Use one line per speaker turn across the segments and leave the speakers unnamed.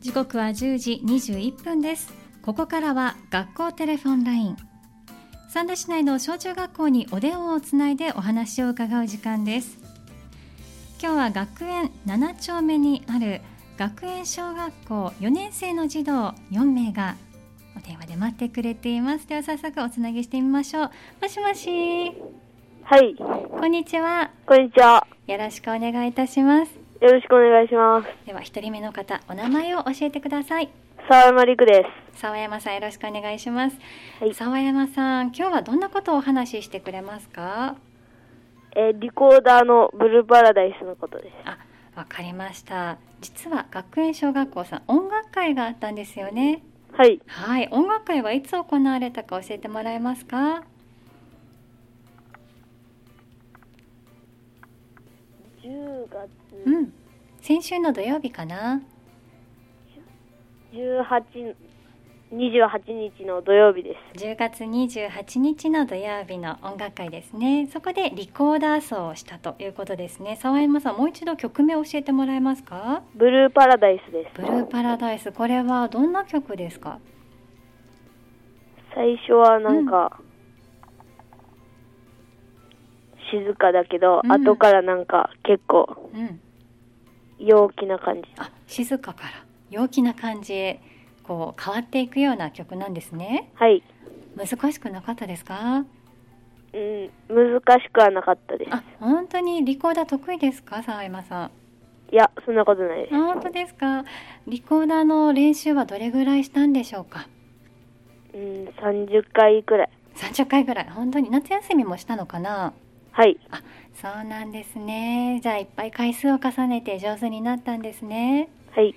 時刻は10時21分ですここからは学校テレフォンライン三田市内の小中学校にお電話をつないでお話を伺う時間です今日は学園7丁目にある学園小学校4年生の児童4名がお電話で待ってくれていますでは早速おつなぎしてみましょうもしもし
はい、
こんにちは
こんにちは。
よろしくお願いいたします
よろしくお願いします。
では一人目の方お名前を教えてください
沢山陸で
沢山さんよろしくお願いします、
はい
沢山さん今日はどんなことをお話ししてくれますか
す。えーリコーダーのブルーパラダイスのことです。
あ、わかりました実は学園小学校さん音楽会があったんですよね
はい、
はい、音楽会はいつ行われたか教えてもらえますか
10月
うん、先週の土曜日かな
18、28日の土曜日です。
10月28日の土曜日の音楽会ですねそこでリコーダー奏をしたということですね沢山さんもう一度曲名を教えてもらえますか
ブルーパラダイスです。
ブルーパラダイスこれはどんな曲ですか
最初はなんか、静かだけど、
うん
後からなんか結構
うん、
陽気な感じ。
あ、静かから陽気な感じへこう変わっていくような曲なんですね
はい。
難しくなかったですか
うん、難しくはなかったです。
あ、本当にリコーダー得意ですか沢山さん
いや、そんなことないです。
あ本当ですかリコーダーの練習はどれぐらいしたんでしょうか
うん、30回くらい。
30回ぐらい本当に夏休みもしたのかな
はい。
そうなんですねじゃあいっぱい回数を重ねて上手になったんですね
はい。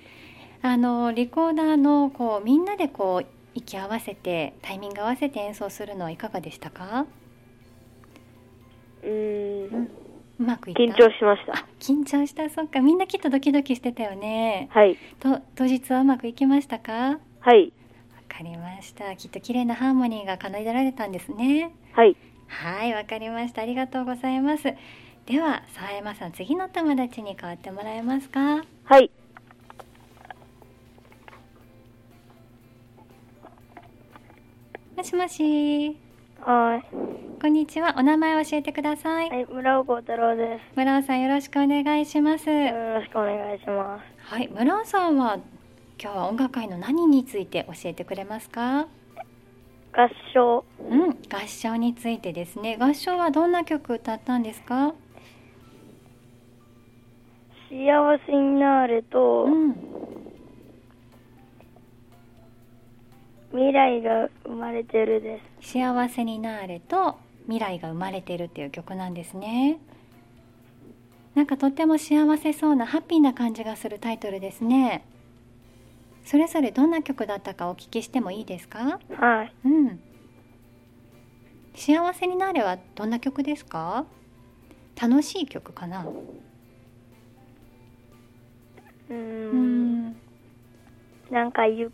あのリコーダーのこうみんなでこう息合わせてタイミング合わせて演奏するのはいかがでしたか
うー
うん
ん、
うまくいった
緊張しました
あ。緊張したそっかみんなきっとドキドキしてたよね
はい。
と当日はうまくいきましたか
はい。
わかりました。きっと綺麗なハーモニーが奏でられたんですね。
はい。
はい、わかりました。ありがとうございます。では、沢山さん、次の友達に代わってもらえますか。
はい。
もしもし。
は
こんにちは。お名前を教えてください。
い。はい。村尾幸太郎で
村尾さん、よろしくお願いします。
す。よろしくお願いしま
はい、村尾さんは。今日は音楽会の何について教えてくれますか。
す。合唱、
うん、合唱についてですね。合唱はどんな曲歌ったんですか。
幸せになれと
うん、
未来が生まれてるで
幸せになれと未来が生まれてるっていう曲なんですねなんかとっても幸せそうなハッピーな感じがするタイトルですねそれぞれどんな曲だったかお聞きしてもいいですか
す。はい。
うん幸せになれはどんな曲ですか楽しい曲かな
うー。
うんん
なんかゆっ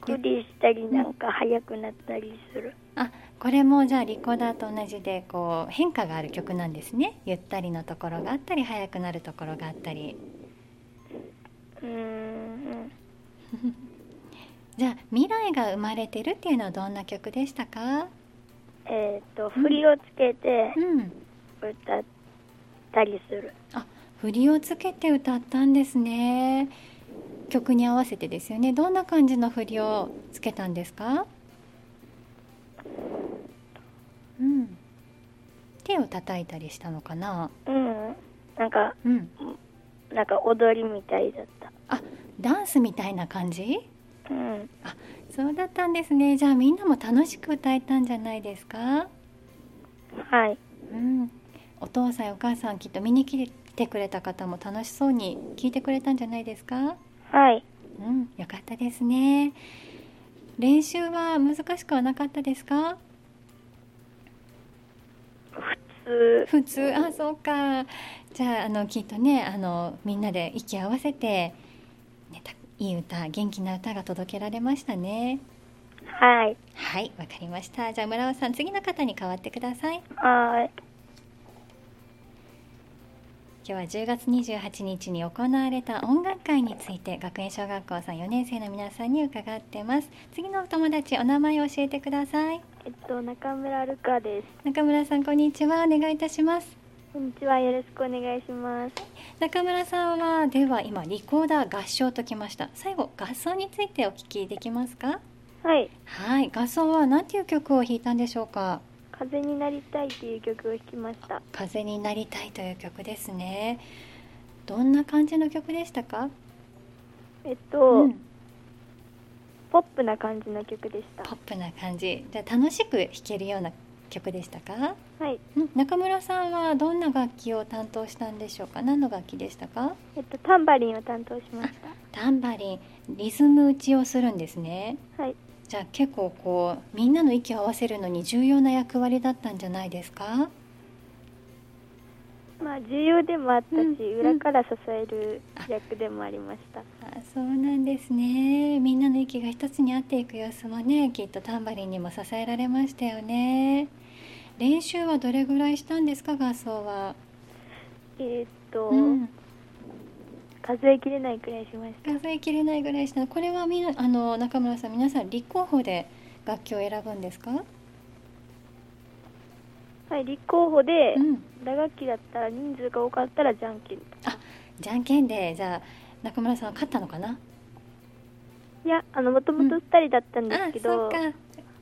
くりしたり、なんか早くなったりする。
あこれもじゃあリコーダーと同じでこう変化がある曲なんですねゆったりのところがあったり速くなるところがあったり
うーん。
じゃあ未来が生まれてるっていうのはどんな曲でしたか？
えっ、と、振りをつけて
うん。
歌ったりする。
振りをつけて歌ったんですね。曲に合わせてですよね。どんな感じの振りをつけたんですか？うん。手を叩いたりしたのかな？
うん。なんか、
うん。
なんか踊りみたいだっ
ダンスみたいな感じ？
た。うん。
そうだったんですね。じゃあみんなも楽しく歌えたんじゃないですか？
はい。
うん、お父さんやお母さんきっと見に来てくれた方も楽しそうに聞いてくれたんじゃないですか、
はい。
うん、よかったですね練習は難しくはなかったですか
普通。
普通あそうかじゃああのきっとねあのみんなで息合わせて、ね、たいい歌元気な歌が届けられましたね
はい。
はいわかりましたじゃあ村尾さん次の方に代わってください
はい。
今日は10月28日に行われた音楽会について学園小学校さん4年生の皆さんに伺ってます次のお友達お名前を教えてください
えっと中村ルカです。
中村さんこんにちはお願いいたします
こんにちはよろしくお願いします。
中村さんはでは今リコーダー合唱ときました最後合奏についてお聞きできますか
はい。
はい合奏は何ていう曲を弾いたんでしょうか
風になりたいっていう曲を弾きました。
風になりたいという曲ですねどんな感じの曲でしたか
えっと、
うん
ポップな感じの曲でした
ポッ。プな感じじゃあ楽しく弾けるような曲でしたか
はい。
うん中村さんはどんな楽器を担当したんでしょうか何の楽器でしたか
えっとタンバリンを担当しまし
タンバリンリズム打ちをするんですね
た。はい。
じゃあ結構こうみんなの息を合わせるのに重要な役割だったんじゃないですか
まあ重要でもあったし、
うん
裏から支える役でもありました。
あそうなんですねみんなの息が一つに合っていく様子もねきっとタンバリンにも支えられましたよね練習はどれぐらいしたんですか合奏は、
えっと、
うん、
数えきれないくらいしまし
数えきれないぐらいしたのこれはみなあの中村さん皆さん立候補で楽器を選ぶんですか、
た。はい。立候補で、
うん、
打楽器だったら人数が多かったらじゃんけんとか。
じゃんけんでじゃあ中村さんは勝ったのかない
やあのもともと2人だったんです
あ
け
そ
ど、
うか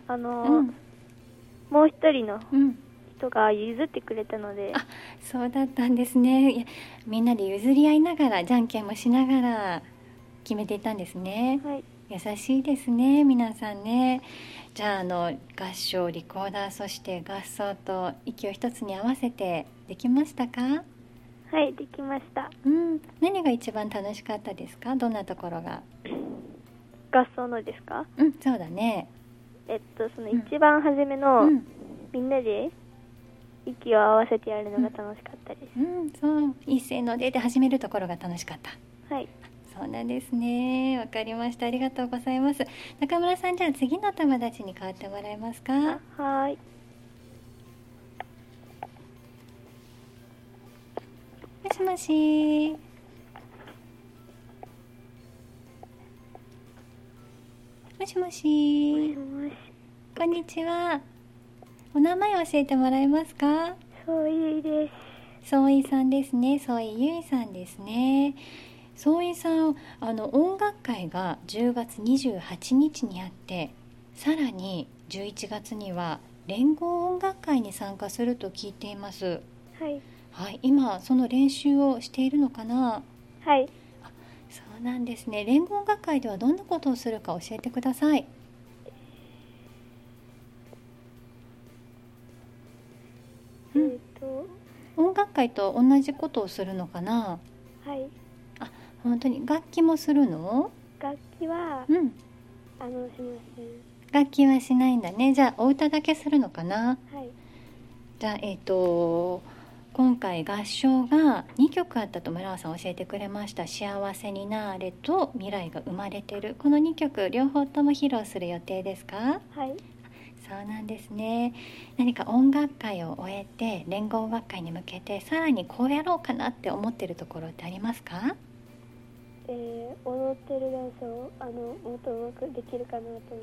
あの
うん
もう1人の
うん
人が譲ってくれたので
あそうだったんですねいやみんなで譲り合いながらじゃんけんもしながら決めていたんですね
はい
優しいですね皆さんねじゃああの合唱リコーダーそして合奏と息を一つに合わせてできましたか
はいできました
うん何が一番楽しかったですかどんなところが
合奏のですか
うんそうだね
えっとその
うん
一番初めの、
うん
みんなで息を合わせてやるのが楽しかったで
う
す、
んそう一斉の出で始めるところが楽しかった
はい
そうなんですね。わかりました。ありがとうございます。中村さん、じゃあ次の友達に代わってもらえますか。
あはーい
もしもし。もしも
も
し
し。もし
こんにちは。お名前教えてもらえますか。
そういうです
総井さんですね。総井ゆいさんですね。総井さん、あの音楽会が10月28日にあって、さらに11月には連合音楽会に参加すると聞いています。
はい
はい、今その練習をしているのかな。
はい
そうなんですね。連合音楽会ではどんなことをするか教えてください。
え
う
っ
ん
と
音楽会と同じことをするのかな。
はい
本当に楽器もするの？
楽器は
うん。
あのしま
楽器はしないんだねじゃあお歌だけするのかな
せんはい
じゃあえっ、と今回合唱が2曲あったと村尾さん教えてくれました「幸せになれ」と「未来が生まれてる」この2曲両方とも披露する予定ですか
はい
そうなんですね何か音楽会を終えて連合音楽会に向けてさらにこうやろうかなって思ってるところってありますか
えー、踊ってるダンスをあのもっとうまくできるかなと思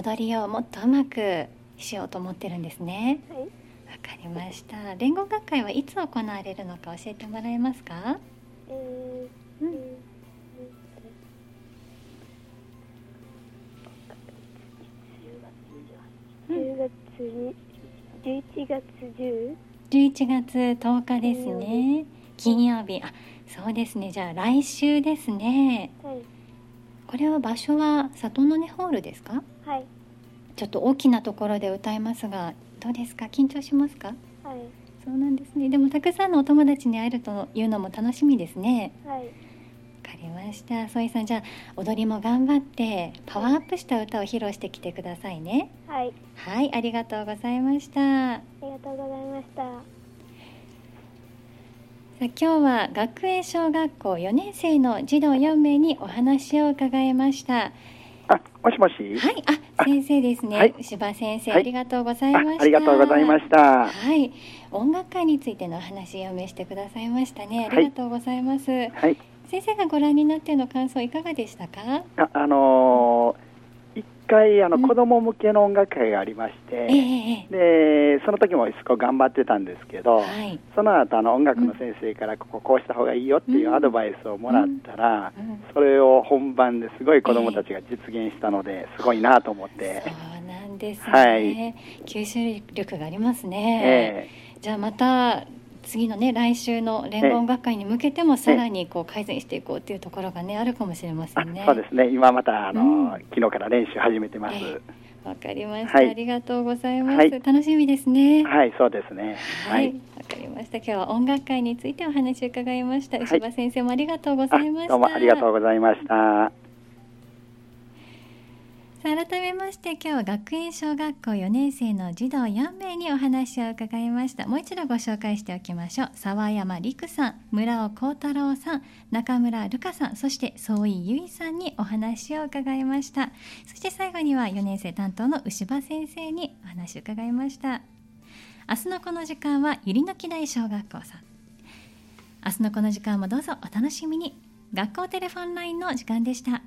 踊りをもっとうまくしようと思ってるんですね
うはい
わかりました。連合学会はいつ行われるのか教えてもらえますか？
え
う
ー
ん
えー10月に11月10
11月10日ですね。金曜日。あ、そうですね。じゃあ来週ですね。
はい
これは場所は里の根ホールですか？
はい
ちょっと大きなところで歌いますが、どうですか？緊張しますか？
はい
そうなんですね。でもたくさんのお友達に会えるというのも楽しみですね。
は
わ
い
かりました。ソイさん、じゃあ踊りも頑張ってパワーアップした歌を披露してきてくださいね。
はい
はい、ありがとうございました。
ありがとうございました
さあ今日は学園小学校4年生の児童4名にお話を伺いました。
あ、もしもし。
はい、あ、先生ですね。
はい
柴先生、
はい
ありがとうござい
あ
ました。
ありがとうございました。
はい、音楽会についてのお話をお召してくださいましたね。ありがとうございます。
はい。
先生がご覧になっての感想いかがでしたか？
あ、あのー一回あの
うん
子供向けの音楽会がありまし
え
て、
えええ
でその時もすごい頑張ってたんですけど、
はい。
その後あの音楽の先生からこここうした方がいいよっていうアドバイスをもらったら、
うん
それを本番ですごい子供たちが実現したので、すごいなと思って
そ、うなんですね。
はい
吸収力がありますね。
え
じゃあまた次のね来週の連合音楽会に向けてもさらにこう改善していこうっていうところがねあるかもしれませ
あ
んね。
そうですね、今またあの、
うん
昨日から練習始めてます。
ええわかりました、
はい
ありがとうございます。
はい
楽しみですね。
はい、そうですね。
は
はいい。、
わかりました。今日は音楽会についてお話を伺いました。
はい
牛場先生もありがとうござ
あ
いました。
どうもありがとうございました。
さあ改めまして今日は学園小学校4年生の児童4名にお話を伺いましたもう一度ご紹介しておきましょう沢山陸さん村尾幸太郎さん中村瑠香さんそして総井由衣さんにお話を伺いましたそして最後には4年生担当の牛場先生にお話を伺いました明日のこの時間はゆりの木台小学校さん明日のこの時間もどうぞお楽しみに学校テレフォンラインの時間でした